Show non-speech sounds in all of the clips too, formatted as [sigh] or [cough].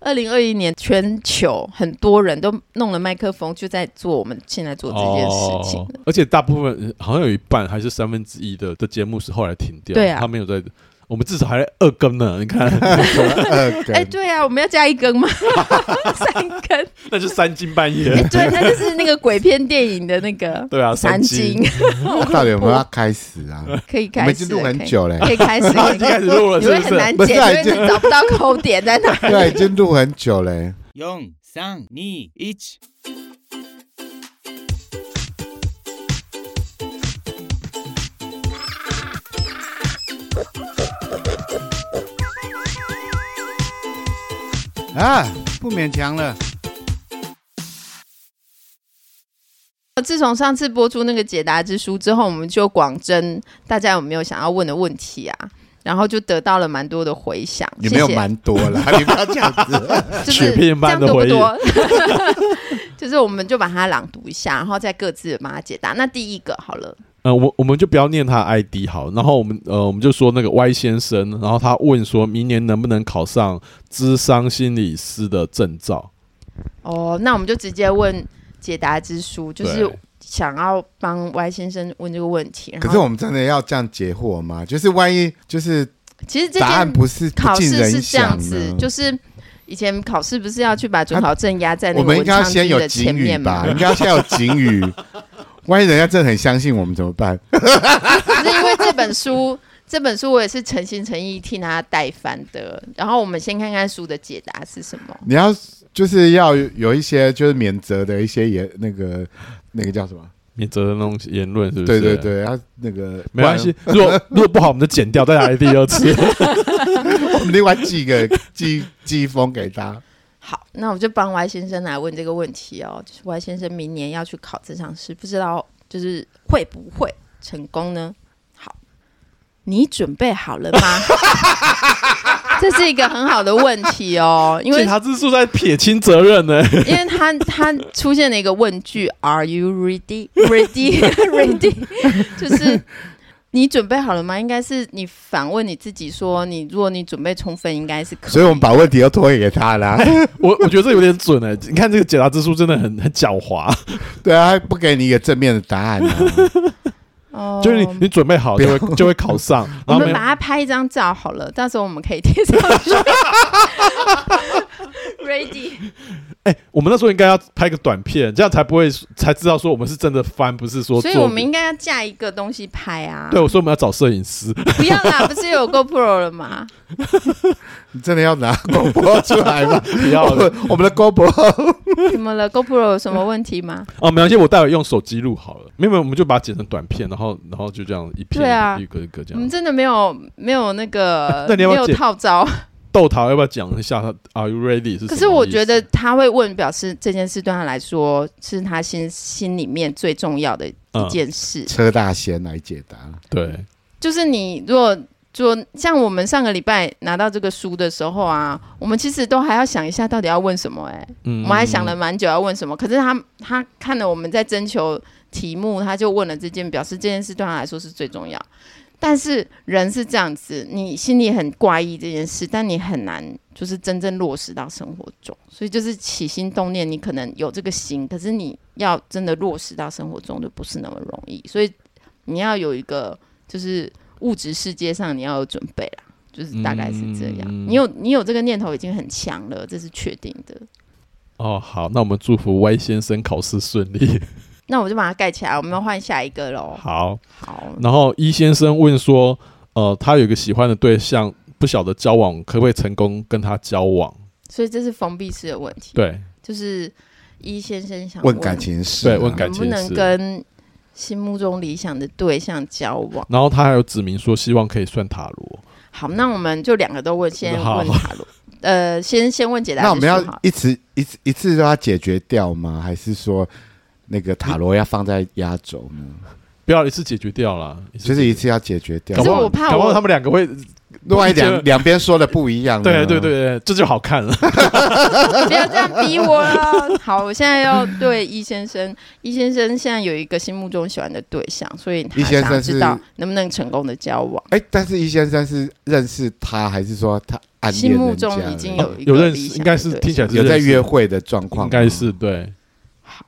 二零二一年全球很多人都弄了麦克风，就在做我们现在做这件事情哦。而且大部分好像有一半还是三分之一的的节目是后来停掉，对啊他没有在，我们至少还在二更呢。 [laughs] 你看， [laughs] 呃哎、对啊，我们要加一根吗？三根？那就三更半夜。 [laughs] 对，啊那就是那个鬼片电影的那个对啊，三金金，，啊到底有没有要开始啊？可以我 [laughs] 开们始已经了，录很久嘞，可以，可以开 [laughs] 始，可以已经开开始始录了，你哦会是不很是？难不是剪，啊因为已经你找不到抠点在哪。对啊，已经录很久嘞。四三二一。啊，不勉强了。 [laughs] 自从上次播出那个解答之书之后，我们就广征大家有没有想要问的问题啊？然后就得到了蛮多的回响，也没有谢谢啊蛮多啦，你不要这样子。就是雪片般的回忆这样多不多？ [laughs] 就是我们就把它朗读一下，然后再各自帮他解答。那第一个好了，呃，我我们就不要念他的 ID 好，然后我们呃，我们就说那个 Y 先生，然后他问说明年能不能考上智商心理师的证照？哦，那我们就直接问解答之书，就是对想要帮 Y 先生问这个问题。然可后是我们真的要这样解惑吗？就是万一就是其实这答案件不是不考尽试是人这样想子呢，？就是以前考试不是要去把准考证压在那我个们文应该要昌先君有的警前语面吧？嘛？ [laughs] 应该要先有警语。万一人家真的很相信我们怎么办？可是因为这本书， [laughs] 这本书我也是诚心诚意替他代翻的。然后我们先看看书的解答是什么。你要就是要有一些就是免责的一些言那个那个叫什么？免责的那种言论是不对是？对。对，要那个没关系，，如果如果不好，我们就剪掉，再来第二次。不然我 [laughs] 们另外寄一个寄寄一封给他。好，那我就帮 Y 先生来问这个问题哦，就是 Y 先生明年要去考这场试，不知道就是会不会成功呢？好，你准备好了吗？ [laughs] 这是一个很好的问题哦， [laughs] 因为检察之诉在撇清责任呢、因为他他出现了一个问句，Are you ready? Ready? [laughs] ready？就是你准备好了吗？应该是你反问你自己说，你如果你准备充分，应该是可以。所以我们把问题又推给他 [laughs] 啦。我我觉得这有点准哎、你看这个检察之诉真的很很狡猾，对啊，他不给你一个正面的答案啊。 [laughs] 哦就是你你准备好就会就会考 [laughs] 上，我然后们啊没有把它拍一张照好了，到时候我们可以贴上去。ready？哎、我们那时候应该要拍个短片，这样才不会才知道说我们是真的翻，不是说所以做我们应该要架一个东西拍啊。对，我说我们要找摄影师，不要啦， [laughs] 不是有 GoPro 了吗？你真的要拿 GoPro 出来 [laughs] 吗？不要我们 [laughs] 我们的 GoPro 怎么了？GoPro 有什么问题 [laughs] 吗？哦，没关系，我待会用手机录好了，没有没有，我们就把它剪成短片，然后然后就这样一片对啊一个一个这我们样。真的没有没有那个 [laughs] 那你要不没要有解套招。豆桃要不要讲一下他？Are you ready？是什么意思？可是我觉得他会问，表示这件事对他来说是他心心里面最重要的一件事。啊车大仙来解答。嗯对，就是你如果做像我们上个礼拜拿到这个书的时候啊，我们其实都还要想一下到底要问什么、欸。哎、嗯我们还想了蛮久要问什么。可是他他看了我们在征求题目，他就问了这件，表示这件事对他来说是最重要。但是人是这样子，你心里很怪异这件事，但你很难就是真正落实到生活中。所以就是起心动念，你可能有这个心，可是你要真的落实到生活中就不是那么容易。所以你要有一个就是物质世界上你要有准备啦，就是大概是这样。嗯你有你有这个念头已经很强了，这是确定的。哦，好，那我们祝福 Y 先生考试顺利。那我就把它盖起来，我们要换下一个喽。好，好，然后一先生问说，呃，他有一个喜欢的对象，不晓得交往可不可以成功跟他交往？所以这是封闭式的问题，对就是一先生想问感情事、啊，对问感能不能跟心目中理想的对象交往。然后他还有指明说，希望可以算塔罗。好，那我们就两个都问，先好问塔罗，呃，先先问解答之书那我好了。们要一次一次一次都要解决掉吗？还是说那个塔罗要放在压轴呢？不要一次解决掉啦，就是一次要解决掉搞。可不是好我怕我搞不好他们两个会，另外我两觉两边说的不一样呢，对对对对，这就好看了。哎不要这样逼我了。好，我现在 [laughs] 要对易先生，易先生现在有一个心目中喜欢的对象，所以他易先生想要知是道能不能成功的交往。哎，但是易先生是认识他，还是说他暗恋心目人家中了已经有一个有认理想识，的应该是对听起来是有在呃认识约，会的状况吗，应该是对。好，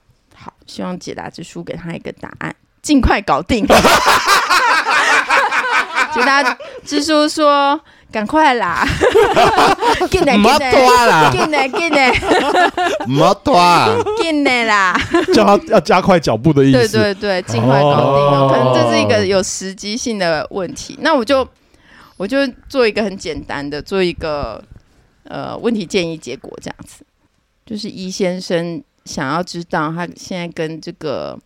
希望解答之书给他一个答案，尽快搞定。 [laughs] 解答之书说：“赶快啦， [laughs] 进来进没来，拖啦，进来进来没拖啊，进来啦！”叫他要加快脚步的意对思。对对，尽快搞定哦。哦可能这是一个有时机性的问题。那我就我就做一个很简单的，做一个呃问题建议结果这样子。就是易先生想要知道他现在跟这个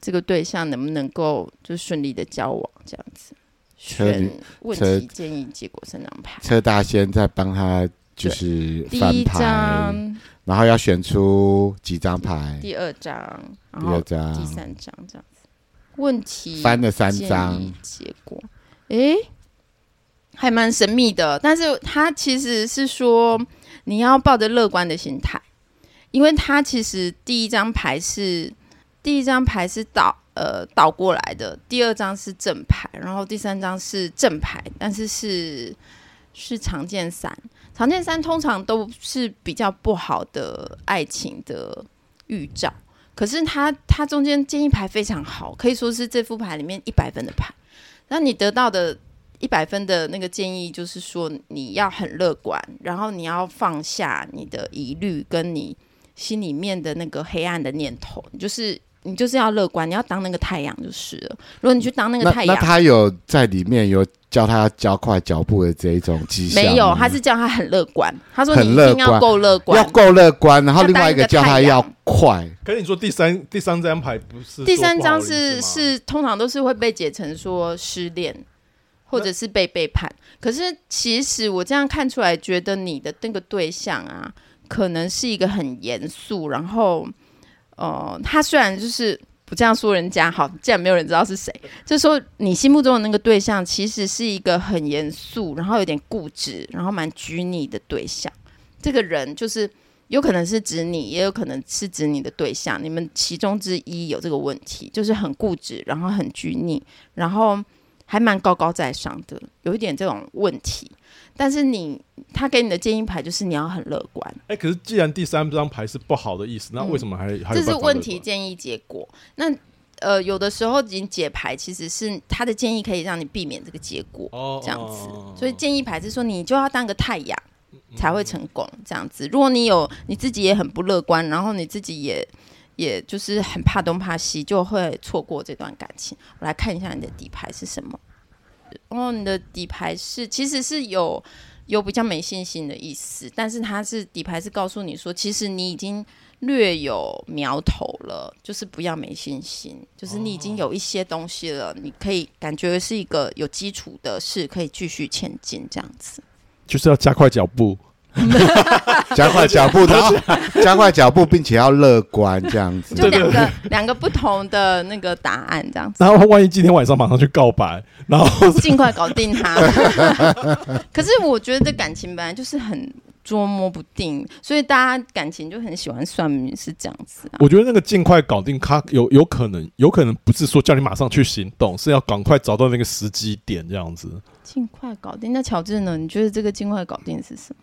这个对象能不能够就顺利的交往这样子。车选问车题建议结果三张牌，车大仙在帮他就是第翻一牌，张、然后要选出几张牌，第二张，然第后二张第三张这样子。问题翻了三建张，议结果，诶、还蛮神秘的。但是他其实是说，你要抱着乐观的心态，因为他其实第一张牌是第一张牌是倒呃倒过来的，第二张是正牌，然后第三张是正牌，但是是是常见三，常见三通常都是比较不好的爱情的预兆。可是他他中间建议牌非常好，可以说是这副牌里面一百分的牌。那你得到的一百分的那个建议，就是说你要很乐观，然后你要放下你的疑虑跟你心里面的那个黑暗的念头，你就是你就是要乐观，你要当那个太阳就是了。如果你去当那个那太那阳，他有在里面有教他要加快脚步的这一种迹象吗，没有，他是叫他很乐观，他说很你一乐定要观够乐观要，够乐观，然后要另外当一一个个叫太他阳要快，可是你说第三第三张牌不是第三张说不好的意是思吗是通常都是会被解成说失恋，或者是被背叛。可是其实我这样看出来，觉得你的那个对象啊，可能是一个很严肃，然后呃，他虽然就是不这样说人家好，既然没有人知道是谁，就说你心目中的那个对象其实是一个很严肃，然后有点固执，然后蛮拘泥的对象。这个人就是有可能是指你，也有可能是指你的对象。你们其中之一有这个问题，就是很固执，然后很拘泥，然后还蛮高高在上的，有一点这种问题。但是你他给你的建议牌就是你要很乐观，哎、可是既然第三张牌是不好的意思，那嗯为什么还、还有这是办法问乐题观建议结果。那呃，有的时候你解牌其实是他的建议可以让你避免这个结果。哦这样子哦哦哦所以建议牌是说，你就要当个太阳才会成功这样子。如果你有你自己也很不乐观，然后你自己也也就是很怕东怕西，就会错过这段感情。我来看一下你的底牌是什么。哦，你的底牌是其实是有有比较没信心的意思，但是它是底牌是告诉你说，其实你已经略有苗头了，就是不要没信心，就是你已经有一些东西了，你可以感觉是一个有基础的事，可以继续前进这样子。就是要加快脚步。 [laughs] 加快脚步，然后 [laughs] 加快脚步，并且要乐观这样子。就对对两个两个不同的那个答案这样子，然后万一今天晚上马上去告白，然后 [laughs] 尽快搞定他。可是我觉得感情本来就是很捉摸不定，所以大家感情就很喜欢算命是这样子啊。我觉得那个尽快搞定，他有有可能有可能不是说叫你马上去行动，是要赶快找到那个时机点这样子。尽快搞定。那乔治呢？你觉得这个尽快搞定是什么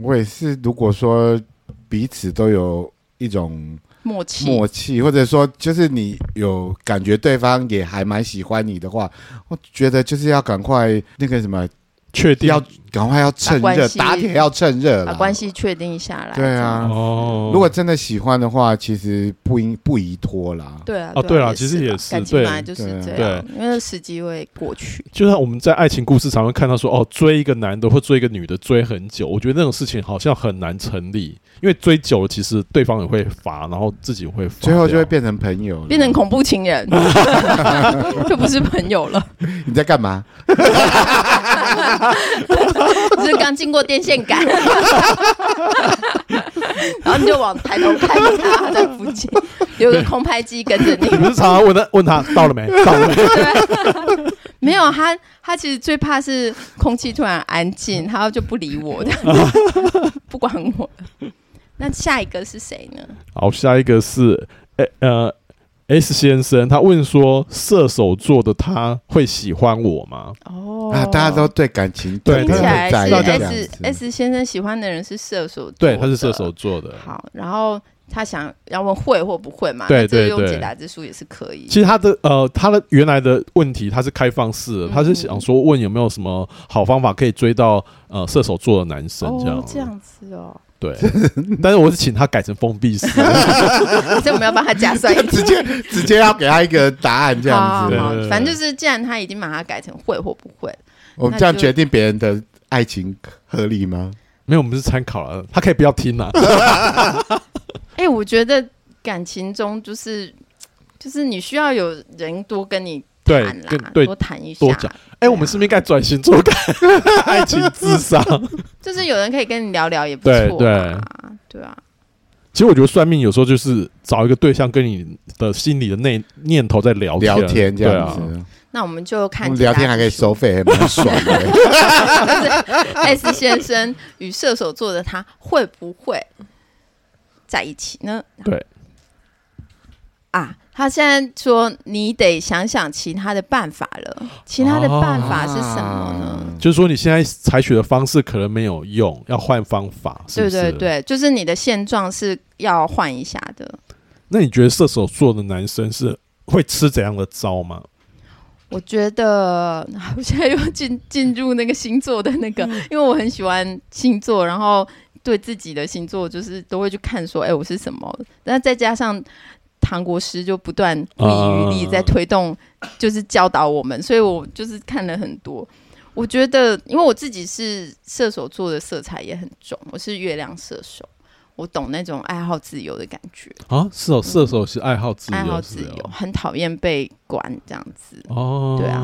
我也是，如果说彼此都有一种默契？默契，或者说就是你有感觉对方也还蛮喜欢你的话，我觉得就是要赶快那个什么，确定要赶快要趁把热关，系打铁要趁热把啦。关系确定下来。对这样啊，哦，如果真的喜欢的话，其实不应不宜拖啦。对啊，哦啊对啊啦，其实也吧是感情对本来就是对啊这样，因为时机会过去。就像我们在爱情故事常会看到说，哦，追一个男的或追一个女的追很久，我觉得那种事情好像很难成立，因为追久了，其实对方也会乏，然后自己也会乏最后就会掉变成朋友了，变成恐怖情 [laughs] 人，就不是朋友 [laughs] 了，你在干嘛？只是刚经过电线杆，然后后你就往抬头看一下，他在附近有个空拍机跟着你。你不 [laughs] 是常常问他问他到了没？到了没？没有他，他其实最怕是空气突然安静，他就不理我的， [laughs] 不管我。那下一个是谁呢？好，下一个是诶呃 S 先生，他问说射手座的他会喜欢我吗？哦啊，大家都对感情对听起来在意是大家这样 S 子。 S 先生喜欢的人是射手座，对，他是射手。座的。好，然后他想要问会或不会嘛？对那这个对用对解答之书也是可以。其实他的呃，他的原来的问题他是开放式的，嗯他是想说问有没有什么好方法可以追到呃射手座的男生这样。哦，这样子哦，对， [laughs] 但是我是请他改成封闭式。所以 [laughs] 我们要帮他加 [laughs] 算一点。直接直接要给他一个答案，这样对好子，好对对反正就是，既然他已经把它改成会或不会，我们这样决定别人的爱情合理吗？没有，我们是参考了，他可以不要听啊 [laughs] 啦。哎、我觉得感情中就是就是你需要有人多跟你对谈啦跟，对多谈一下多，讲哎、我们是不是应该转型做改爱情智商？就是有人可以跟你聊聊也不对错啊，对啊，其实我觉得算命有时候就是找一个对象跟你的心里的内念头在聊聊天这样对啊。子，那我们就看我们聊天还可以收费，还蛮爽的。 S 先生与射手座的他会不会在一起呢？对啊，他现在说你得想想其他的办法了，其他的办法是什么呢？啊就是说你现在采取的方式可能没有用，要换方法，是不对是？对。对，就是你的现状是要换一下的。那你觉得射手座的男生是会吃怎样的招吗？我觉得 [laughs] 我现在又进进入那个星座的那个，因为我很喜欢星座，然后对自己的星座就是都会去看说，哎、我是什么？那再加上唐国师就不断不遗余力啊在推动，就是教导我们，所以我就是看了很多。我觉得，因为我自己是射手座的色彩也很重，我是月亮射手，我懂那种爱好自由的感觉，啊，射手射手是爱好自由，爱好自是由哦，很讨厌被管这样子。哦，对啊。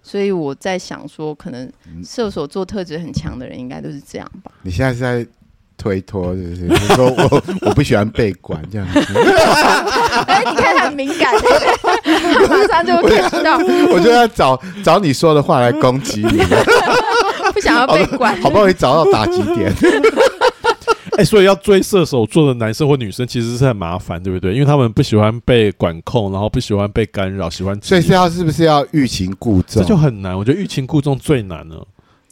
所以我在想说，可能嗯射手座特质很强的人，应该都是这样吧。你现在是在推脱，是不是？你说我 [laughs] 我不喜欢被管这样子， [laughs] 哎、你看他很敏感， [laughs] 他马上就 catch 到，我就要找找你说的话来攻击你， [laughs] [laughs] 不想要被管。好不容易找到打击点。哎、所以要追射手座的男生或女生其实是很麻烦，对不对？因为他们不喜欢被管控，然后不喜欢被干扰，喜欢自所以由是要是不是要欲擒故这纵？嗯就很难。我觉得欲擒故纵最难了。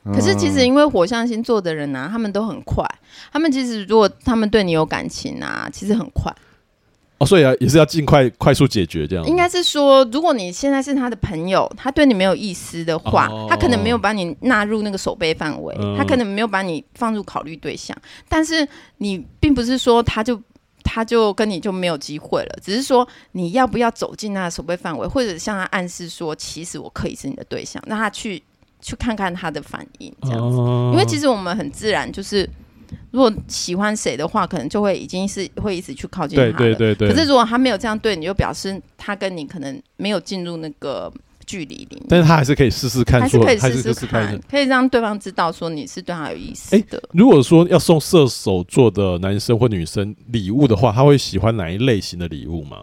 可是其实因为火象星座的人啊，他们都很快，他们其实如果他们对你有感情啊，其实很快。哦，所以啊，也是要尽快快速解决这样。应该是说，如果你现在是他的朋友，他对你没有意思的话，哦他可能没有把你纳入那个守备范围，嗯他可能没有把你放入考虑对象。但是你并不是说他就他就跟你就没有机会了，只是说你要不要走进他的守备范围，或者向他暗示说，其实我可以是你的对象，让他去去看看他的反应，这样子。哦因为其实我们很自然就是。如果喜欢谁的话，可能就会已经是会一直去靠近他对了。对对对，可是如果他没有这样对你，就表示他跟你可能没有进入那个距离里面，但是他还是可以试试看还是说，可以还试试试看，可以让对方知道说你是对他有意思的。如果说要送射手座的男生或女生礼物的话，他会喜欢哪一类型的礼物吗？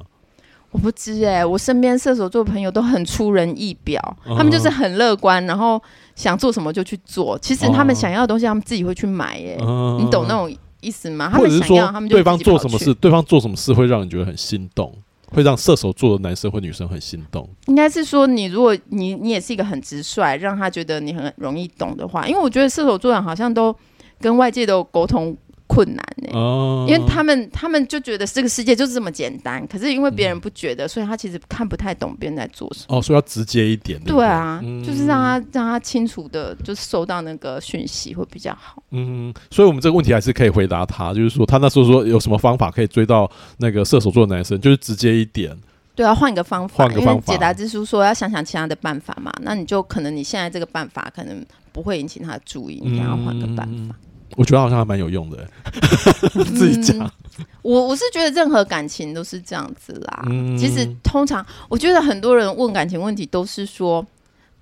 我不知哎、我身边射手座朋友都很出人意表，哦他们就是很乐观，然后想做什么就去做。其实他们想要的东西，他们自己会去买耶、嗯你懂那种意思吗？他或们者是想要，说他们就对方自己做跑什么去事，对方做什么事会让你觉得很心动，会让射手座的男生或女生很心动。应该是说，你如果你你也是一个很直率，让他觉得你很容易懂的话，因为我觉得射手座人好像都跟外界都有沟通困难呢、哦，因为他们他们就觉得这个世界就是这么简单，可是因为别人不觉得，所以他其实看不太懂别人在做什么。哦，所以要直接一点。不对啊，嗯就是让他让他清楚的，就是收到那个讯息会比较好。嗯，所以我们这个问题还是可以回答他，就是说他那时候说有什么方法可以追到那个射手座的男生，就是直接一点。对啊，换个方法，换个因方为法解答之书说要想想其他的办法嘛，那你就可能你现在这个办法可能不会引起他的注意，你想要换个办嗯法。我觉得好像还蛮有用的，嗯自己讲。我我是觉得任何感情都是这样子啦。嗯其实通常我觉得很多人问感情问题都是说，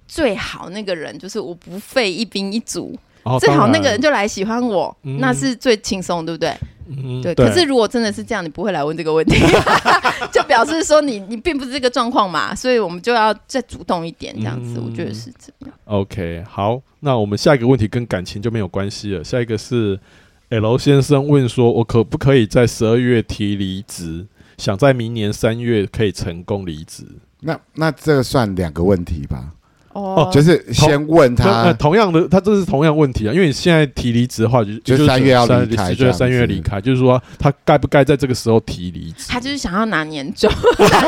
最好那个人就是我不费一兵一卒，哦最好当然那个人就来喜欢我，嗯那是最轻松，对不对？嗯对，对可是如果真的是这样，你不会来问这个问 [laughs] 题， [laughs] 就表示说你你并不是这个状况嘛，所以我们就要再主动一点，这样子，嗯我觉得是这样。 OK，好，那我们下一个问题跟感情就没有关系了。下一个是 L 先生问说：“我可不可以在十二月提离职？想在明年三月可以成功离职。那那这个算两个问题吧，哦就是先问那呃，他，同样的，他这是同样问题啊，因为你现在提离职的话，就就三月要离离开职这就样是三月子离开，就是说他该不该在这个时候提离职？嗯他就是想要拿年终，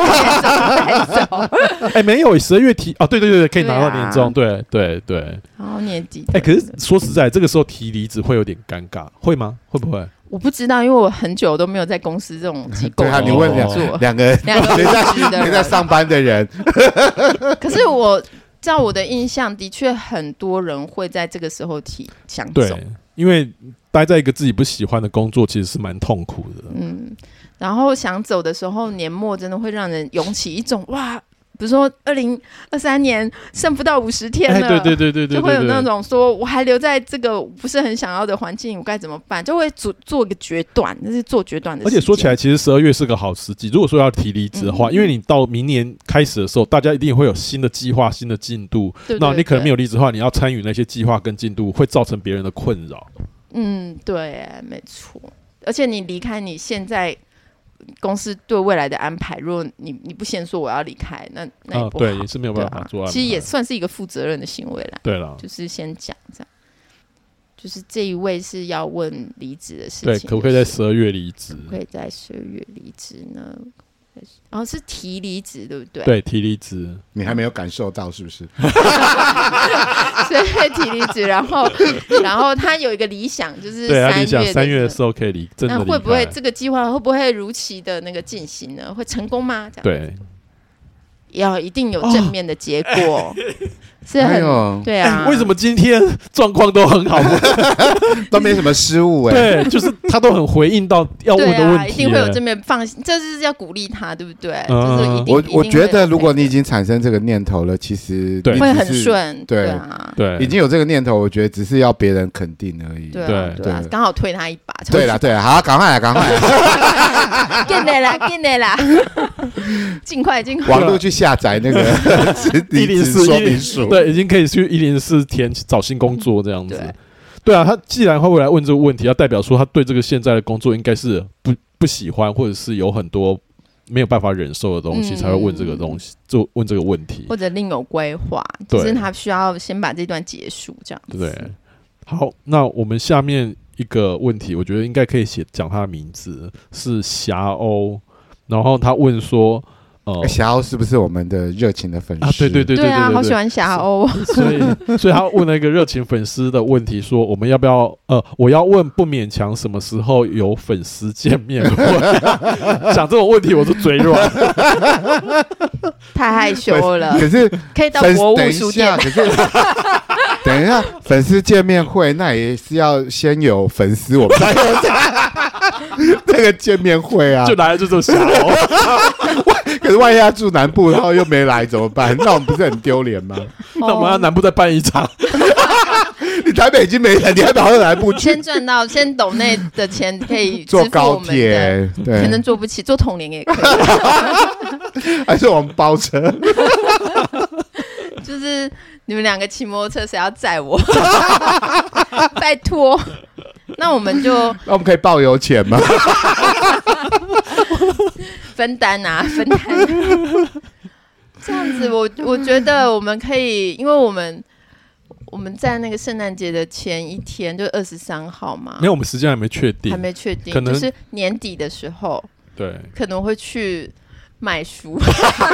拿年终带走，哎，没有，十二月提哦，对对对对，可以拿到对啊年终，对对对。然后年底。哎，可是说实在，这个时候提离职会有点尴尬，会吗？会不会？我不知道，因为我很久都没有在公司这 [laughs] 种机构对啊，工你作问了工两作，两个 [laughs] [laughs] 人两个谁在公司的谁在人。上班的人，可是我照我的印象，的确很多人会在这个时候提想走。对，因为待在一个自己不喜欢的工作，其实是蛮痛苦的。嗯，然后想走的时候，年末真的会让人涌起一种哇，比如说二零二三年剩不到五十天了，哎对对对对对对，就会有那对种说我还留在这个不是很想要的环境，我该怎么办？就会做做个决断，那是做决断的而时间。且说起来，其实十二月是个好时机。如果说要提离职的话，嗯因为你到明年开始的时候，大家一定会有新的计划、新的进度。对，对那你可能没有，有离职的话，你要参与那些计划跟进度，会造成别人的困扰。嗯，对，没错。而且你离开你现在公司对未来的安排，如果你你不先说我要离开，那那也啊不好，，对，也是没有对办法做啊。安排。其实也算是一个负责任的行为啦。对了，就是先讲这样，就是这一位是要问离职的事对，情，可不可以在十二月离职？可以在十二月离职呢？然、后、是提离职，对不对？， [laughs] 对，提离职。你还没有感受到是不是？所以提离职，然 [laughs] 后然后他有一个理想，就是对，他三理想月三月的时时候可以离，真的那离开。会不会这个计划会不会如期的那个进行呢？会成功吗？这样对？要一定有正面的结果， [laughs] 是哎很、呦，对啊、哦为什么今天状况都很好？ [laughs] 都没什么失误哎，对，就是他都很回应到要问对的问题、啊，一定会有正面放心，这是要鼓励他，对不对？就嗯是一定我我一定会觉得有如果你已经产生这个念头了，其实对你会只很是，顺，对啊，对，已经有这个念头，我觉得只是要别人肯定而已。对啊，对对啊对，刚好推他一把，对啦，对啦，好，赶快来，赶 [laughs] 快来，进来啦，进来 [laughs] 啦，尽快尽快，网络去下载那个 [laughs] 一离零职四说明书。对，已经可以去一零四填找新工作这样子。对对啊，他既然会来问这个问题，要代表说他对这个现在的工作应该是不不喜欢，或者是有很多没有办法忍受的东西，嗯才会问这个东西，就问这个问题，或者另有规划，对就是他需要先把这段结束，这样对不子啊对？好，那我们下面一个问题，我觉得应该可以写讲他的名字是霞欧，然后他问说，呃，哎小欧是不是我们的热情的粉丝？啊，对对对对啊，好对喜欢霞欧， [laughs] 所以，所以他问了一个热情粉丝的问题，说我们要不要？呃，我要问不勉强什么时候有粉丝见面会？想这种问题我 [laughs] 就嘴软。太害羞了，可是可以到粉国等务一书下，店，可是 [laughs] 等一下，粉丝见面会那也是要先有粉丝，我们才有 [laughs] 这个见面会啊就。来了就这么 [laughs] 想哦。可是万一他住南部，然后又没来怎么办？那我们不是很丢脸吗？那我们要哦南部再办一场， [laughs] 你台北已经没人，你还跑到南部去 [laughs] 先赚到先抖内的钱可以坐 [laughs] 支付我高们的。铁？可对能，坐不起，坐统联也可以， [laughs] 还是我们包车？ [laughs] 就是你们两个骑摩托车，谁要载我？ [laughs] 拜托，那我们就那我们可以包油 [laughs] 钱吗？分担 [laughs] 啊，分担、这样子我，我觉得我们可以，因为我们我们在那个圣诞节的前一天，就二十三号嘛，没有，我们时间还没确定还。没确定，可能就是年底的时候对，可能会去。买书，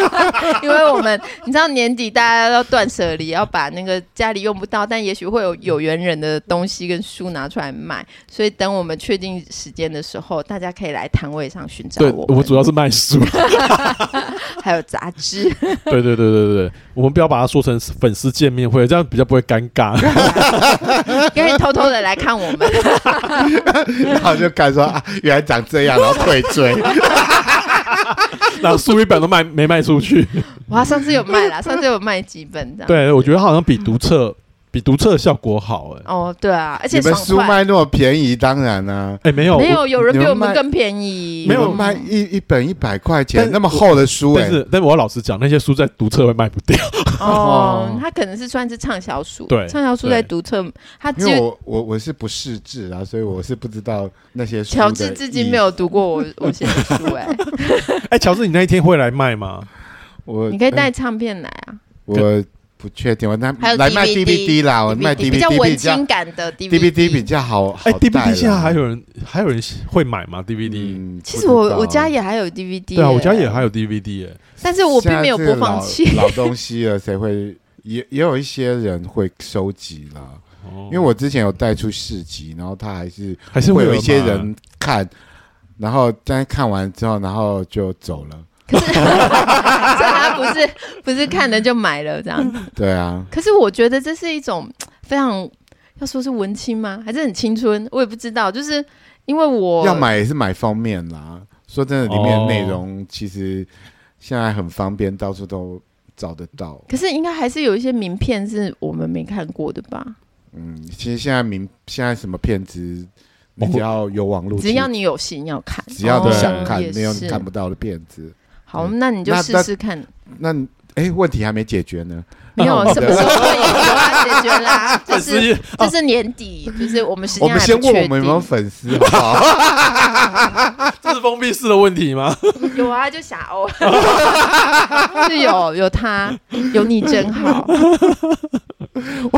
[laughs] 因为我们你知道年底大家要断舍离，要把那个家里用不到，但也许会有有缘人的东西跟书拿出来卖，所以等我们确定时间的时候，大家可以来摊位上寻找对我我们，主要是 [laughs] 卖书。还有杂志。对对对对对，我们不要把它说成粉丝见面会，这样比较不会尴尬。 [laughs] 可以偷偷的来看我们，然后就看说啊，原来长这样，然后退 [laughs] 追。然后书一本都 [laughs] 卖没卖出去。哇，上次有卖啦，上次有卖几本这样。对，我觉得好像比读册。比读册的效果好哎、哦，对啊，而且你们爽书快。卖那么便宜，当然啦、哎、没有没有，有人你比们我们卖更便宜。你们卖一一本一百块但钱，是那么厚的书、我但哎，是但是我要老实讲，那些书在读册会卖不掉。哦哦，他可能是算是畅销书，对畅销书对在独特，他因为就我我我是不识字啊，所以我是不知道那些书的乔治至意今义没，有读过我我写的书，哎，哎、乔治，你那一天会来卖吗？ [laughs] 我你可以哎带唱片来啊，我不确定，我那还有来卖 DVD DVD 啦，我哦卖 DVD 比较 DVD 文比较青感的 DVD 比较好，好哎、d v 带 d 啦现在还有人还有人会买吗？DVD？、嗯其实我我家。不知道也还有 DVD，对啊，耶我家也，还有 DVD 哎、但是我并没有播放 [laughs] 器现在这个。老老东西了，谁会？也也有一些人会收集啦，哦因为我之前有带出市集，然后他还是还是会有有一些买人看，然后但是看完之后，然后就走了。可是，所以他不是不是看了就买了这样。对啊，可是我觉得这是一种非常要说是文青吗？还是很青春？我也不知道，就是因为我要买也是买封面啦。说真的，里面哦的内容其实现在很方便，到处都找得到。可是应该还是有一些名片是我们没看过的吧？嗯，其实现在明现在什么片子，你只要有网络去，只要你有心要看，只要你哦想看也，没有是你看不到的片子。好，那你就那试试看。那你哎，问题还没解决呢。 [laughs] 没有哦那什么时候会有啊？解决 [laughs] 啦，就粉丝是就是年底，就是我们时我间们还先不问确我们有没有定。粉丝，好不 [laughs] 好？这是封闭式的问题 [laughs] 吗？有啊，就傻欧， [laughs] 是有有他，有你真好。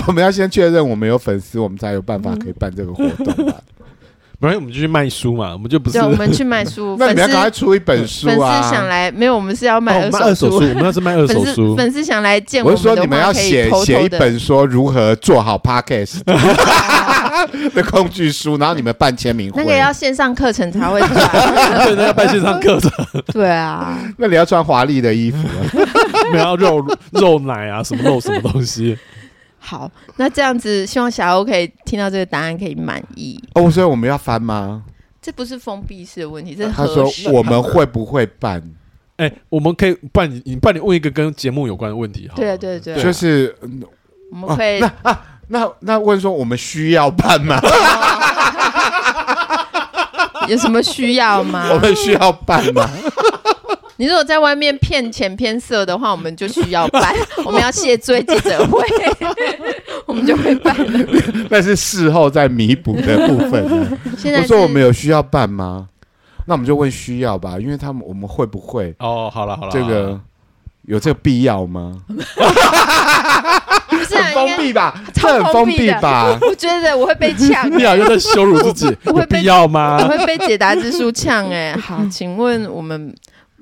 我们要先确认我们有粉丝，我们才有办嗯法可以办这个活动吧？不然我们就去卖书嘛，我们就不 [laughs] 是哦对，我们去卖书，那你粉们要丝嗯赶快出一本书粉丝啊！想来，没有，我们是要哦卖我们卖二手手书，我。们要是卖二手粉书丝。粉丝想来见我是们说，的你们话，要可写以偷写偷一的。本说如何做 [laughs] 好 podcast [laughs] 的工具书，然后你们办签名会。那个要线上课程才会出 [laughs] 来。 [laughs] 对，那要办线上课程， [laughs] 对啊，那你要穿华丽的衣服啊， [laughs] 我们要肉肉奶啊，什么肉什么 [laughs] 东西。好，那这样子，希望小欧可以听到这个答案可以满意。哦，所以我们要翻吗？这不是封闭式的问题，这是他合说适。我们会不会办？哎、我们可以办你，你办你问一个跟节目有关的问题好了对啊对对，就是我们会哦那那问说我们需要办吗？ [laughs] [laughs] 有什么需要吗？ [laughs] 我们需要办吗？你如果在外面骗钱骗色的话，我们就需要 [laughs] 办，我们要谢罪记者会， [laughs] 我们就会办了。 [laughs] 那是事后再弥补的部分啊。 [laughs] 现在我是说我们有需要办吗？那我们就问需要吧，因为他们我们会不会哦，好了好了，这个有这个必要吗？不是啊，很应封该闭吧，超这很封封闭闭的？吧我觉得我会被 [laughs] 呛，你好像在羞辱自己， [laughs] 我有会被必要我吗？会被解答之书呛。哎，好，请问我们，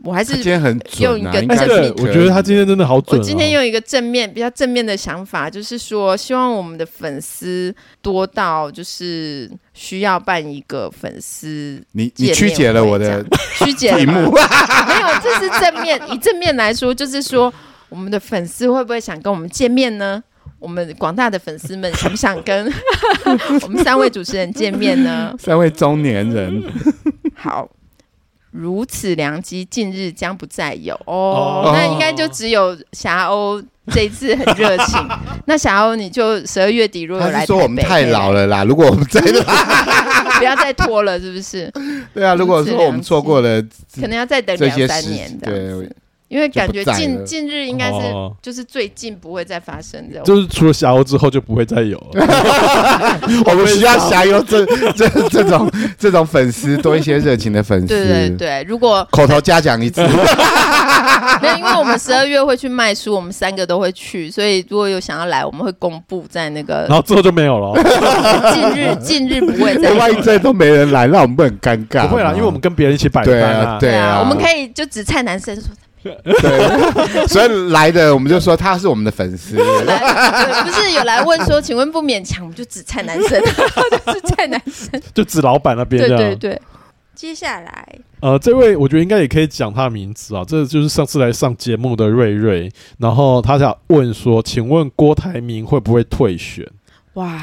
我 [laughs] 还他今是天很用一嗯准啊，个应哎，该正对面是，我觉得他今天真的好我准、哦。今天用一个正面、比较正面的想法，就是说，希望我们的粉丝多到就是需要办一个粉 [laughs] 丝你见你面曲解了会我这样的曲解了题 [laughs] 目，没有，这是正面。以正面来说，就是说我们的粉丝会不会想跟我们见面呢？我们广大的粉丝们想不想跟 [laughs] 我们三位主持人见面呢？ [laughs] 三位中年 [laughs] 人，好，如此良机，近日将不再有哦。哦那应该就只有霞欧这一次很热 [laughs] 情。那霞欧，你就十二月底如果有他来是说我们台北嗯太老，了啦。如果我们再不要再拖了，是不是？ [laughs] 对啊，如果说我们错 [laughs] 过了可能要再等这两些三事年，这样对子。，因为感觉就不在近了近日应该是哦就是最近不会再发生的。就是除了霞欧之后就不会再有 [laughs] 了。 [laughs] 我们需要享有这这这种这种粉丝多一些热情的粉丝，对对对，如 [laughs] 果口头嘉奖一次，没有，因为我们十二月会去卖书，我们三个都会去，所以如果有想要来，我们会公布在那个然后之后就没有了哦，近日，近日不会再万一有。这都没人来，那我们不很尴尬吗？不会啦，因为我们跟别人一起摆啊对摊啊，对啊，我们可以就只蔡男生说，对，所以来的我们就说他是我们的 [laughs] 粉丝，来不是有来问说，请问不勉强，我们就只蔡男生，就是蔡男生。就指老板那边对这样。对对。接下来，呃，这位我觉得应该也可以讲他的名字啊，这就是上次来上节目的瑞瑞，然后他想问说，请问郭台铭会不会退选？哇，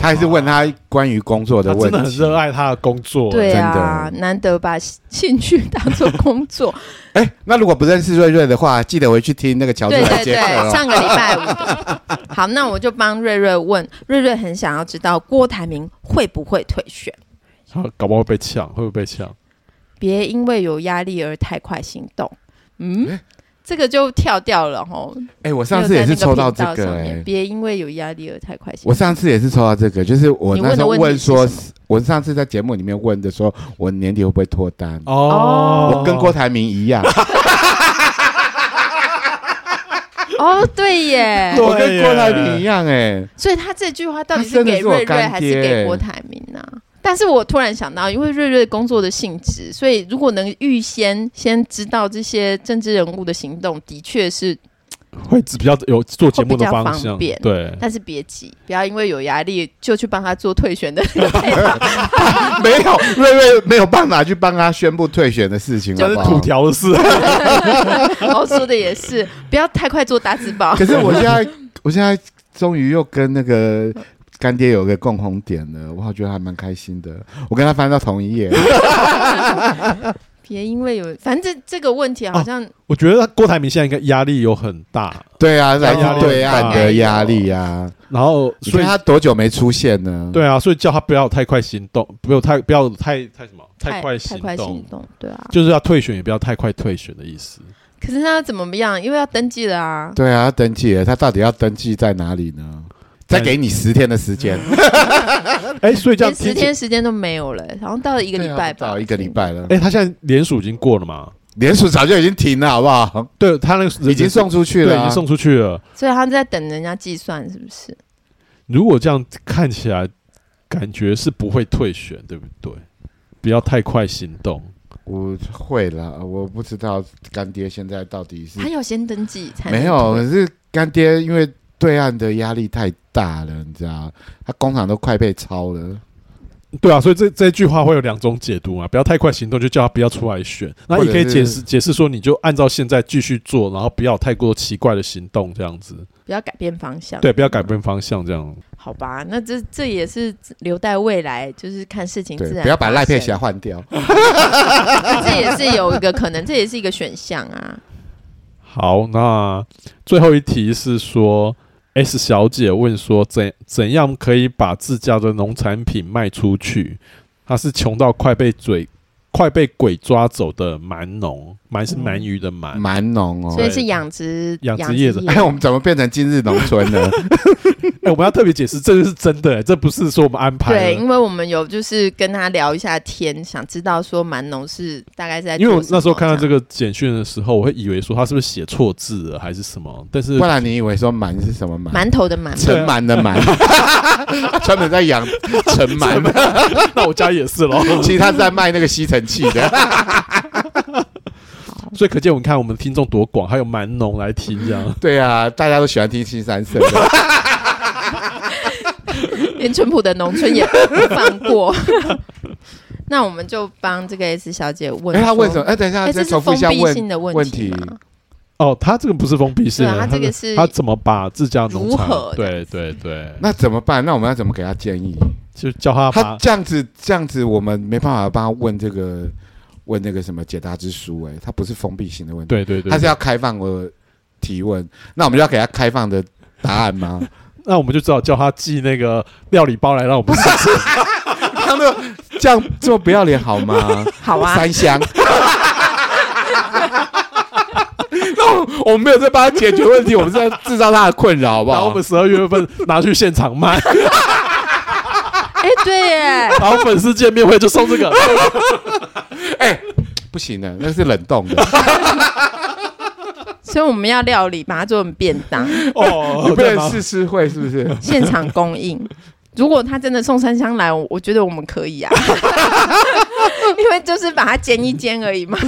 他还是问他关于工作他问真的很题。热爱他的工作，对啊，真难得把兴趣当做工作。哎、那如果不认识瑞瑞的话，记得回去听那个乔治对来对接对客哦。，上个礼拜五 [laughs] 的。好，那我就帮瑞瑞问，瑞瑞很想要知道郭台铭会不会退选，他搞不好会被呛，会不会被呛？别因为有压力而太快行动。嗯诶，这个就跳掉了吼。哎、我上次也是抽到这没有在那个、频道上面哎，别因为有压力而太快行动。我上次也是抽到这个，就是我那时候问你问的说问题，我上次在节目里面问的说，我年底会不会脱单？哦我跟郭台铭一 [laughs] 样，哦，对 [laughs] 耶，我跟耶郭台铭一样、 [laughs] 哎，所以他这句话到底他是真的给是我瑞瑞干爹还是给郭台铭呢、但是我突然想到，因为瑞瑞工作的性质，所以如果能预先先知道这些政治人物的行动，的确是，会比较有做节目的方会比较向，方便对，但是别急，不要因为有压力就去帮他做退选的 [laughs] 那个配方没有瑞瑞没有办法去帮他宣布退选的事情，这好是不土好？条的事，哦，说的也是，不要太快做打字 [laughs] 报可。是我现在，我现在终于又跟那个干爹有个共同点了，我好觉得还蛮开心的。我跟他翻到同一页，别因为有，反正这这个问题好哦像、我觉得郭台铭现在应该压力有很大，对啊，来压力自对很大岸的压力啊，然后所所以以他多久没出现呢？，对啊，所以叫他不要太快行动，不要太不要太太什么太快太行快行动，动，对啊。就是要退选也不要太快退选的意思。可是他怎么样？因为要登记了啊。对啊，他登记了，他到底要登记在哪里呢？再给你十天的时间，哎，所以这连十样听起来，天时间都没有了，好像到 [laughs] 了一个礼拜吧，啊到一个礼拜了。哎，他现在联署已经过了嘛？联署早就已经停了，好不好？对他那个已经送出去对，了已啊，经送出去了。所以他在等人家计算，是不是？如果这样看起来，感觉是不会退选，对不对？不要太快行动。我会了，我不知道干爹现在到底是他要先登记才能没有，退可是干爹因为对岸的压力太大了，你知道，他工厂都快被抄了。对啊，所以这这句话会有两种解读啊嘛，不要太快行动，就叫他不要出来选。那或你者可以解是释解释说，你就按照现在继续做，然后不要太过奇怪的行动，这样子。不要改变方向。对，不要改变方向，这样。好吧，那这这也是留待未来，就是看事情自对然发，生。不要把赖佩霞换掉。这也是有一个可能，这也是一个选项啊。好，那最后一题是说，S 小姐问说怎怎样可以把自家的农产品卖出去？她是穷到快被嘴快被鬼抓走的蛮农，蛮是嗯鳗鱼的蛮。蛮农所哦以。是养殖养殖殖业者业 [laughs] [laughs] 哎，我们怎么变成今日农村了？哎、我们要特别解释，这是真的、这不是说我们安排对，的。因为我们有就是跟他聊一下天，想知道说蛮农是大概是在因为我做什么那时候看到这这样个简讯的时候，我会以为说他是不是写错字了还是什 [laughs] 么，但是不然你以为说蛮是什么蛮？馒头的馒， [laughs] 陈蛮的蛮，专门在养陈蛮，那我家也是 [laughs] 咯。其实他是在卖那个吸尘器 [laughs] 的。所以可见我们看我们听众多广，还有蛮农来听这 [laughs] 样。对啊，大家都喜欢听新三色的。 [laughs] 连淳朴的农村也不放过。 [laughs] 那我们就帮这个 S 小姐问，哎，他问什么？？哎，等一下，哎，这再是重封复一下闭性问。的问题啊题吗？哦，他这个不是封闭式对的，啊他这个是他怎么把自家农场如何对对对，那怎么办？那我们要怎么给他建议？就叫他他把这样子，这样子，我们没办法帮他问这个问那个什么解答之书、哎，他不是封闭型的问题，对对对，他是要开放的提问，那我们就要给他开放的答案吗？ [laughs] 那我们就只好叫他寄那个料理包来让我们 [laughs] 试吃。他没有这样这么不要脸好吗？好啊，三 [laughs] 箱。那我们没有在帮他解决问题，我们是在制造他的困扰，好不然后我好们？十二月份拿去现场 [laughs] 卖，哎，对耶，然后粉丝见面会就送这个。哎、不行的，那是冷冻的，所以我们要料理，把它做成便 [laughs] 当，哦， [laughs] 你不对吗能试吃会是不是？现场供应。如果他真的送三箱来，我我觉得我们可以啊， [laughs] 因为就是把它煎一煎而已嘛。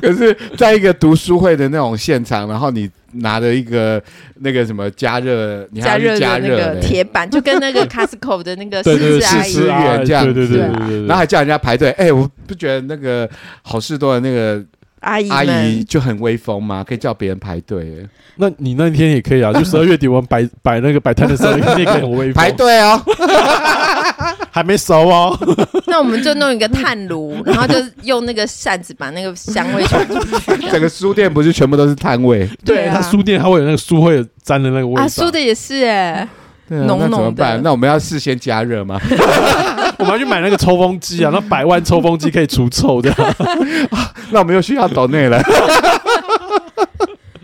可是，在一个读书会的那种现场，然后你拿着一个那个什么加热，你加还要热去加的那热个嘞铁板，就跟那个 Costco 的那个对狮对对，子阿试吃姨啊，员这样哎对对对对对啊对对然后还叫人家排队。哎、我不觉得那个好事多的那个阿姨阿姨们，就很威风嘛，可以叫别人排队，那你那天也可以啊，就十二月底我们摆 [laughs] 摆那个摆摊的时候，你也可以很威风，排 [laughs] 队哦。还没熟哦。那我们就弄一个炭炉，然后就用那个扇子把那个香味传出去。整个书店不是全部都是摊位，对啊它书店它会有那个书会有沾的那个味道。啊，说的也是哎，对啊浓那怎么浓的办？那我们要事先加热吗？我们要去买那个抽风机啊，那百万抽风机可以除臭的。 [laughs] 那我们又需要抖内了。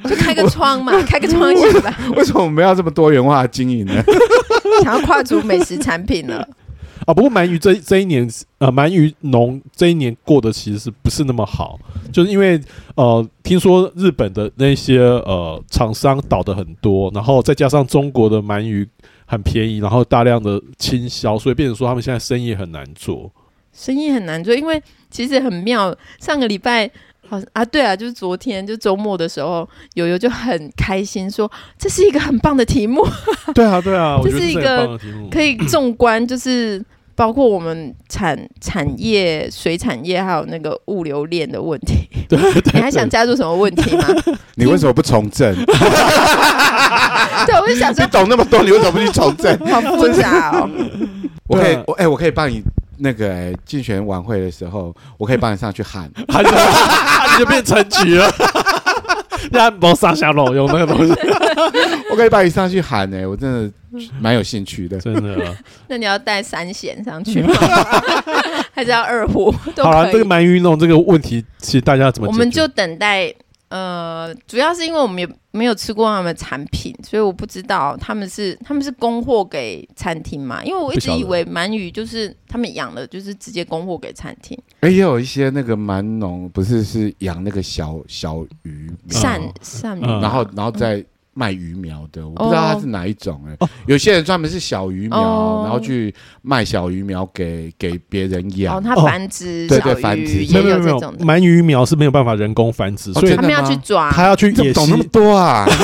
就开个窗嘛，开个窗行 [laughs] 吧。为什么我们要这么多元化的经营呢？想要跨足美食产品了，啊，不过鳗鱼这这一年，呃，鳗鱼农这一年过得其实是不是那么好，就是因为呃，听说日本的那些呃厂商倒的很多，然后再加上中国的鳗鱼很便宜，然后大量的倾销，所以变成说他们现在生意很难做。生意很难做，因为其实很妙。上个礼拜好像啊，对啊，就是昨天就周末的时候，友友就很开心说这是一个很棒的题目， [laughs] 对啊，对啊，我觉这得是一这个很棒的题目可以纵观就是。包括我们产产业、水产业，还有那个物流链的问题， [laughs] [laughs] 你还想加入什么问题吗？你为什么不从政？对，我就想你说，懂那么多，你为什么不去从政？好复杂 [laughs] 哦。我可对以啊，我哎、我可以帮你那个哎竞、选晚会的时候，我可以帮你上去喊。他就他就变成局 [laughs] 了，那没上下楼用那个东西，我可以帮你上去喊哎、我真的蛮有兴趣的。真的。啊那你要带三弦上去 [laughs] 吗？还是要二胡？都好可了，以。这个鳗鱼弄这个问题，其实大家怎么我解决们就等待。呃，主要是因为我们也没有吃过他们的产品，所以我不知道他们是他们是供货给餐厅嘛？因为我一不直晓得以为鳗鱼就是他们养了，就是直接供货给餐厅。哎、也有一些那个蛮农，不是是养那个小小鱼苗，鳝嗯鳝鱼，嗯然后然后再卖鱼苗的，我不知道它是哪一种哎、哦有些人专门是小鱼苗，哦然后去卖小鱼苗给给别人哦，养。它哦繁殖对小对繁殖鱼也没有没有没这有种，的，鳗鱼苗是没有办法人工繁殖，哦所以真他的们要吗去抓。他要去你怎么野懂那么溪。[laughs] 多啊？ [laughs]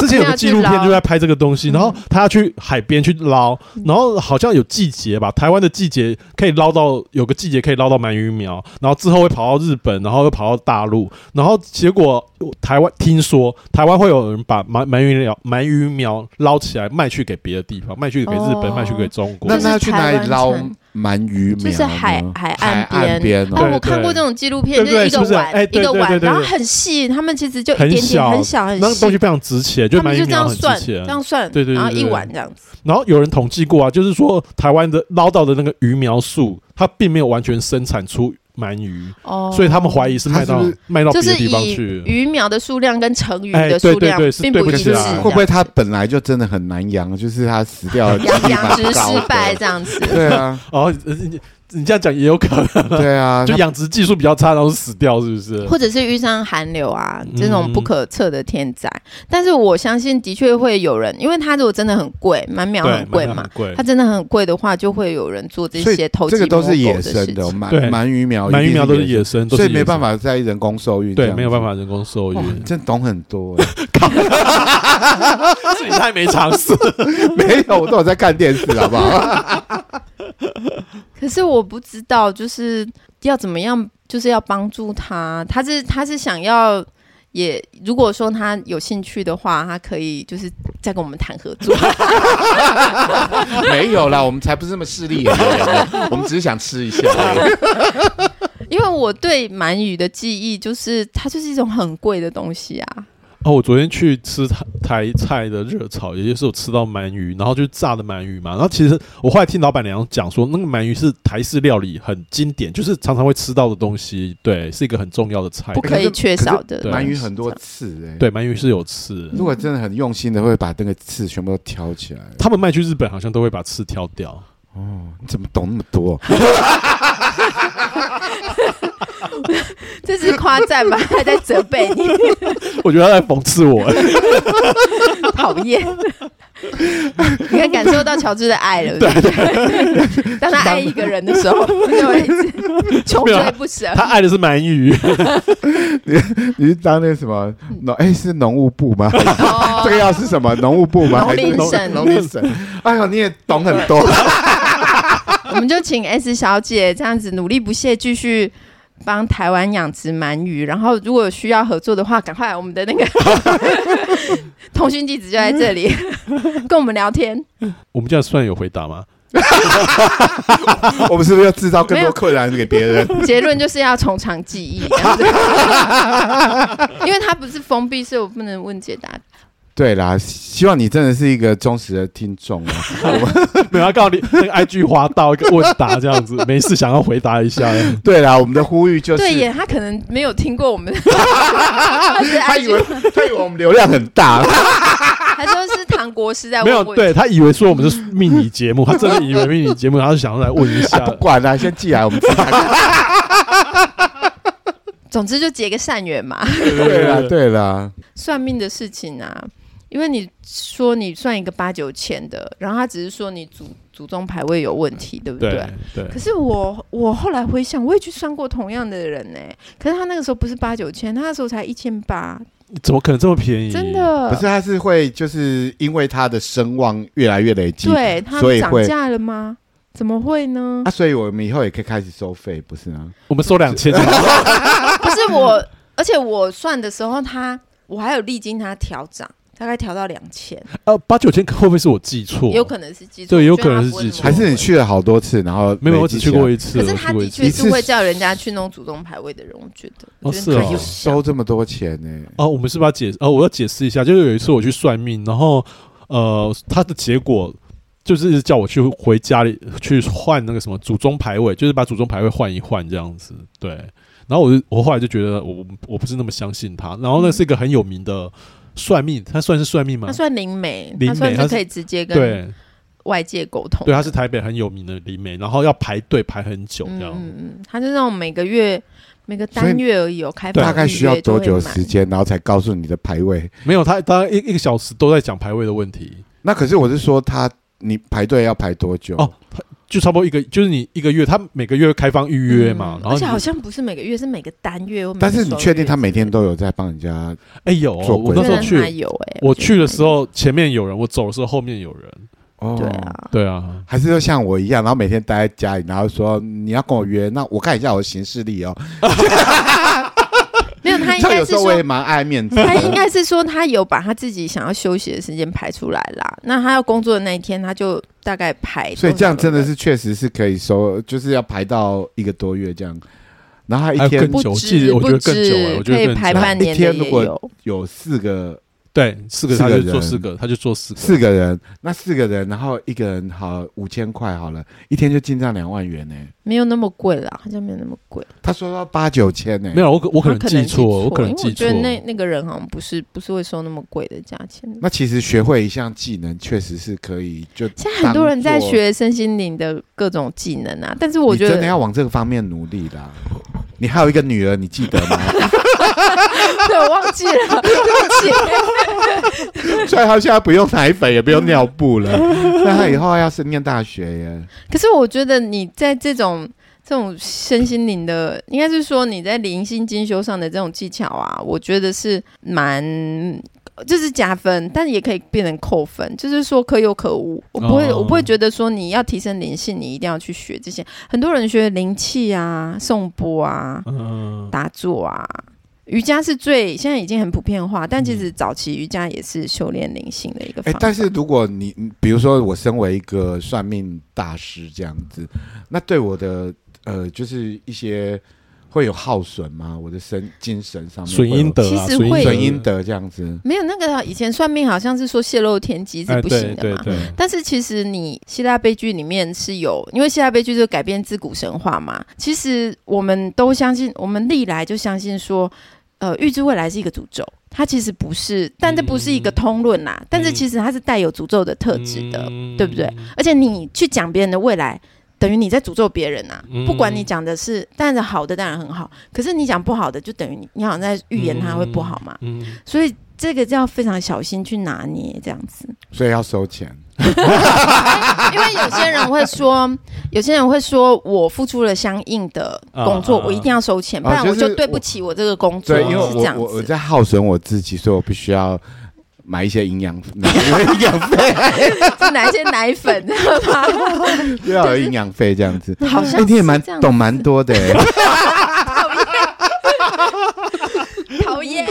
之前有个纪录他们要去片捞嗯就在拍这个东西，然后他要去海边去捞，然后好像有季节吧，台湾的季节可以捞到有个季节可以捞到鳗鱼苗，然后之后会跑到日本，然后又跑到大陆，然后结果台湾听说台湾会有人把鳗鳗鱼苗鳗鱼苗捞起来卖去给别的地方，卖去给日本，哦卖去给中国那。就是那要去哪台湾里捞城鳗鱼苗就呢？是海海岸海边岸边哦，哦。我看过对对这种纪录片，对就是对一是个不是碗哎一对个对碗，对对然后对很细，他们其实就一很点点，小很小很那个东西细，非常值钱，就他鳗们鱼就这苗样很值算，钱这。样算，对对对然后一对碗这样子。然后有人统计过啊，就是说台湾的捞到的那个鱼苗数，它并没有完全生产出鳗鱼，哦，所以他们怀疑是卖到它是不是卖到就别是的地方以去。鱼苗的数量跟成鱼哎的对数量对对是并对不一起致，啊这样会不会它本来就真的很难养？就是它死掉的几 [laughs] 率养蛮养殖高失的败这样子？对啊，哦，呃你你这样讲也有可能，[laughs] 对啊，就养殖技术比较差，然后死掉，是不是？或者是遇上寒流啊，这种嗯不可测的天灾，但是我相信的确会有人，因为它如果真的很贵，鳗苗对，很贵蛮嘛，贵它。真的很贵的话，就会有人做这所以些投机这个都摸是狗野的生事的情鳗对鳗鱼苗，鳗鱼苗都是哦一定野生，生，所以没办法，法在人工受孕，对，没有办。法人工受哦 [laughs] 哇，孕你，真懂很多欸， [laughs] 是你太没常 [laughs] 识。没有，我都有在看电视，好 [laughs] 不好？可是我不知道，就是要怎么样，就是要帮助他。他是他是想要也，如果说他有兴趣的话，他可以就是再跟我们谈合 [laughs] 作。没有啦，我们才不是那么势利眼的 [laughs] 人，我们只是想吃一下而已。因为我对鳗鱼的记忆就是，它就是一种很贵的东西啊。哦，我昨天去吃台台菜的热炒，也就是我吃到鳗鱼，然后就是炸的鳗鱼嘛。然后其实我后来听老板娘讲说，那个鳗鱼是台式料理很经典，就是常常会吃到的东嗯西，对，是一个很重要的菜。不可以缺少的对鳗鱼东西很这多样刺哎，对，鳗鱼是有刺，如果真的很用心的，会把那个刺全部都挑起来。他们卖去日本好像都会把刺挑掉。你怎么懂那么多？这是夸赞吧？还在责备 [laughs] 你，我觉得他在讽刺我，讨 [laughs] 厌。你可以感受到乔治的爱了，对不对？当他爱一个人的时候，就会一直穷追不舍。他爱的是鳗鱼，你是当那个什么嗯农？哎，是农务部吗？哦这个要是什么农务部吗？农林还是省农林省。哎呦，你也懂很 [laughs] 多。我们就请 S 小姐这样子努力不懈，继续帮台湾养殖鳗鱼，然后如果有需要合作的话，赶快来我们的 [laughs] 那个通讯地址就在这里， [laughs] 跟我们聊天。我们这样算有回答吗？我们是不是要制造更没多有困难给别人？结论就是要从长计议，这样子因为它不是封闭，所以我不能问解答。对啦，希望你真的是一个忠实的听众啊！ [laughs] 没有，要告诉你那个 IG 滑到一个问答这样子，没事想要回答一下。哎对啦，我们的呼吁就是，对耶，他可能没有听过我 [laughs] 们的，他只是他以 IG 为他以为我们流量很大，他说是唐国师在没问有我，，嗯对他以为说我们是命理节目，他真的以为命理节目，他是想要来问一啊、下 [laughs] 不。管啦、先寄来我们自己 [laughs] 看。总之就结个善缘嘛。 [laughs] 对啦，对啦，算命的事情啊，因为你说你算一个八九千的，然后他只是说你祖祖宗牌位有问题，对不对？对对，可是我我后来回想，我也去算过同样的人呢、可是他那个时候不是八九千，他那时候才一千八，怎么可能这么便宜？真。的可是啊他是会就是因为他的声望越来越累积，对他所以涨会价了吗？怎么会呢啊，？所以我们以后也可以开始收费，不是吗？我们收两千， [laughs] 不是我，而且我算的时候他，我还有历经他调涨，大概调到两千，呃，八九千会不会是我记错？有可能是记错，对我有觉得可能他是不会记那么错还是贵你去了好多次，然后没有，我只去过一一次。可是我去他过的一次确一是次会叫人家去弄祖宗牌位的人，我觉得。哦我觉是得哦可以收这么多钱呢、哦，我们是不是要解？哦，我要解释一下，就是有一次我去算命，然后呃，他的结果就是叫我去回家里去换那个什么祖宗牌位，就是把祖宗牌位换一换这样子。对，然后我就我后来就觉得我我不是那么相信他，然后那是一个很有名的算命，他算是算命吗他？算灵媒，灵他算媒他是是可以直接跟对外界沟通。对，他是台北很有名的灵媒，然后要排队排很久嗯这样。嗯嗯，他是那种每个月每个所以单月而已有开放，大概需要多久时？间，然后才告诉你的排位？没有，他当然一一个小时都在讲排位的问题。那可是我是说他，你排队要排多久？哦，他就差不多一个，就是你一个月，他每个月开放预约嘛，嗯然后而且你好像不是每个月，是每个单月或每个但是你双确定月他每之类天的都有在帮人家？哎、有做哦，鬼我那时候我觉得他去，有哎、我觉得去的他时候前面有人，我走的时候后面有人。哦有，对，啊，对啊，还是说像我一样，然后每天待在家里，然后说你要跟我约，那我看一下我的行事历哦。没有他应 [laughs] 这样该有是时候我也说。蛮爱面子的。他应该是说，他有把他自己想要休息的时间排出来啦。那他要工作的那一天，他就大概排。所以这样真的是确实是可以收，就是要排到一个多月这样。然后还他一有天更不久止记得我不觉得更止久哎我觉得可以更排久半一年天的如也果有。有四个对，四个四他个就做人四个，他就做四个。四个人，那四个人，然后一个人好五千块好了，一天就进账两万元呢、没有那么贵啦，好像没有那么贵。他说到八九千嗯呢，没有，我可我可他能记错，我可能记错因为。我觉得那那个人好像不是不是会收那么贵的价 [laughs] 钱的。那其实学会一项技能，确实是可以就现在很多人在当做学身心灵的各种技能啊，但是我觉你真的得，要往这个方面努力啦。你还有一个女儿，你记得 [laughs] 吗？ [laughs] 对，我忘 [laughs] 记了，对不起。所以她现在不用奶粉，也不用尿布了。那她以后要是念大学 [laughs] 耶，可是我觉得你在这种这种身心灵的，应该是说你在灵性进修上的这种技巧啊，我觉得是蛮。就是加分，但也可以变成扣分，就是说可有可无。我不会，哦我不会觉得说你要提升灵性，你一定要去学这些。很多人学灵气啊、颂钵啊、嗯，打坐啊，瑜伽是最现在已经很普遍化，但其实早期瑜伽也是修炼灵性的一个方哎、法。但是如果你你比如说我身为一个算命大师这样子，那对我的呃，就是一些会有耗损吗？我的身精神上面损阴德啊，其实会损阴有德损阴，德这样子，没有那个以前算命好像是说泄露天机哎，是不对行的对嘛。对，但是其实你希腊悲剧里面是有，因为希腊悲剧就是改编自古神话嘛。其实我们都相信，我们历来就相信说，呃，预知未来是一个诅咒，它其实不是，但这不是一个通论啦。但是其实它是带有诅咒的特质的，嗯对不对？而且你去讲别人的未来，等于你在诅咒别人啊。嗯不管你讲的是，但是好的当然很好，可是你讲不好的，就等于你你好像在预言它会不好嘛。嗯，所以这个就要非常小心去拿捏，这样子。所以要收钱。 [laughs] 因为有些人会 [laughs] 说，有些人会说我付出了相应的工作，啊啊啊我一定要收钱，啊不然我就是就对不起我这个工作，对，对因为是这我样我 [laughs] 我子。在耗损我自己，所以我必须要买一些营养，买营养费，是哪一些奶粉，知道吗？要有营养费这样子。好像哎你也是蛮这样子懂蛮多的欸，讨讨厌，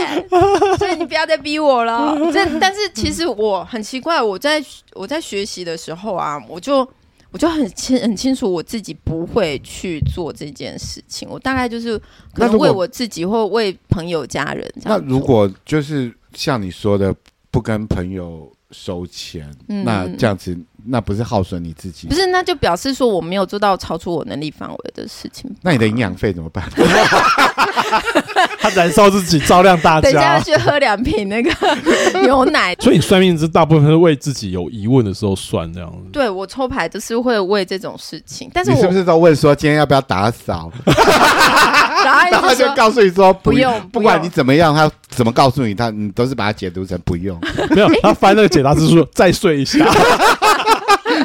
所以你不要再逼我了。这但是其实我很奇怪，我在我在学习的时候啊，我就我就很清很清楚我自己不会去做这件事情。我大概就是可那能如果为我自己或为朋友家人这那样做。如果就是像你说的，不跟朋友收钱，嗯那这样子，那不是耗损你自己不？是，那就表示说我没有做到超出我能力范围的事情。那你的营养费怎么办？他燃烧自己，照亮啊大等一下要家。去喝两瓶那 [laughs] 个牛奶。所以你算命是大部分是为自己有疑问的时候算这样子。对我抽牌就是会为这种事情，但是你我是不是都问说今天要不要打扫？然 [laughs] 后一然后直他就说告诉你说不不用不不管用你怎么样，他怎么告诉你，他你都是把它解读成不用， [laughs] 没有，哎他翻那个解答之书，再睡一下。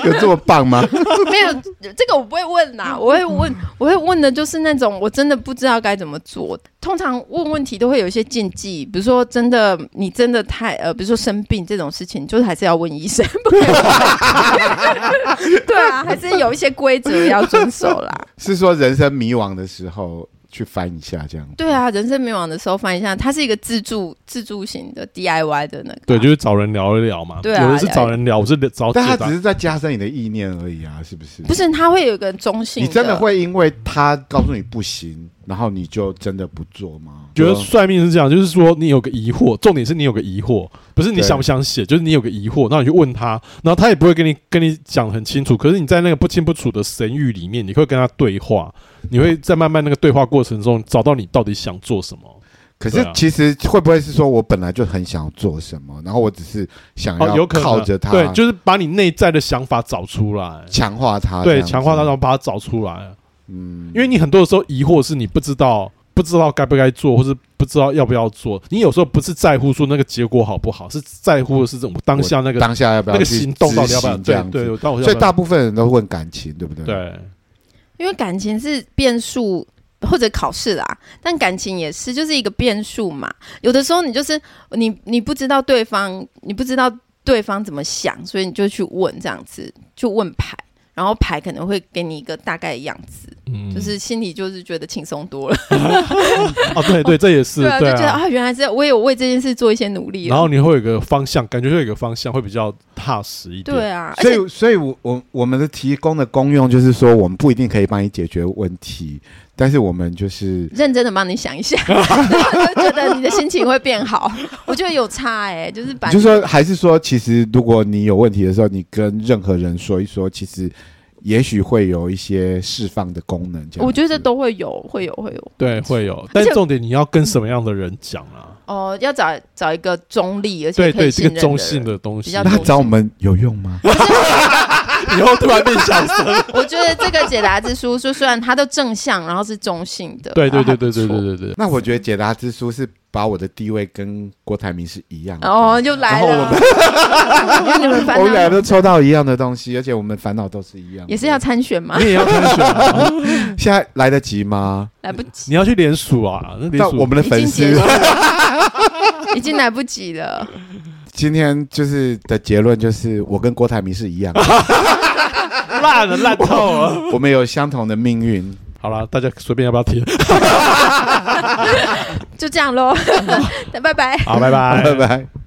有这么棒吗？没有这个我不会问嗯啦，我会问，我会问的就是那种我真的不知道该怎么做。通常问问题都会有一些禁忌，比如说真的你真的太呃，比如说生病这种事情，就是还是要问医生，不可以 [laughs] 问 [laughs] 对啊，还是有一些规则要遵守啦。是说人生迷惘的时候去翻一下这样？对啊，人生迷惘的时候翻一下，它是一个自助自助型的 DIY 的那个啊， [laughs] 对，就是找人聊一聊嘛。对啊有的是找人聊，我是找解但他答只。是在加深你的意念而已啊，是不是？不是它会有一个中性，你真的。会因为他告诉你不行，然后你就真的不做吗？觉得算命是这样，就是说你有个疑惑，重点是你有个疑惑，不是你对想不想写，就是你有个疑惑，然后你去问他，然后他也不会跟你跟你讲得很清楚，可是你在那个不清不楚的神域里面，你会跟他对话，你会在慢慢那个对话过程中找到你到底想做什么。可对是啊其实会不会是说我本来就很想做什么，然后我只是想哦，有要可能靠着他，对，就是把你内在的想法找出来，强化他，这对，样子强化它，然后把它找出来。嗯因为你很多的时候疑惑是你不知道，不知道该不该做，或是不知道要不要做。你有时候不是在乎说那个结果好不好，是在乎的是这种当下那我个当下要不要那个去行动到底要不要执行这对样对，子？我到底要所以不要大部分人都问感情，对不对？，对因为感情是变数或者考试啦，但感情也是就是一个变数嘛。有的时候你就是你你不知道对方，你不知道对方怎么想，所以你就去问这样子，就问牌。然后牌可能会给你一个大概的样子，嗯就是心里就是觉得轻松多了，哦，对对，这也是 [laughs] 对啊，就对觉得啊。啊，原来是我有为这件事做一些努力了，然后你会有一个方向，感觉会有一个方向，会比较踏实一点。对啊，而所且以，所以我我我们的提供的功用就是说，我们不一定可以帮你解决问题，但是我们就是认真的帮你想一 [laughs] 下，就觉得你的心情会变好，我觉得有差哎、就是把就是说，还是说，其实如果你有问题的时候，你跟任何人说一说，其实也许会有一些释放的功能。这样子我觉得都会有，会有，会有。对会有，但而且重点你要跟什么样的人讲啊？哦，要找找一个中立而且对可以对，信这任个的中性人。的东西比，较 [laughs] 那找我们有用吗？以后突然变小 [laughs] 声。我觉得这个解答之书，就虽然它都正向，然后是中性的，对然后对对对还对不错对。对对。那我觉得解答之书是把我的地位跟郭台铭是一样的。哦，又来了， [laughs] 让你们我烦们俩恼 [laughs] 都抽到一样的东西，而且我们烦恼都是一样的。也是要参选吗你？也要参选啊！现在来得及吗？来不及，你要去联署啊！那联那署我们的已经粉结丝束了，已经来不及了。今天就是的结论就是，我跟郭台铭是一样的， [laughs] 烂了，烂透了。 [laughs] 我们有相同的命运。好啦，大家随便要不要听？就这样喽，拜拜。 [laughs] [laughs] 好，拜拜， [laughs] 拜拜。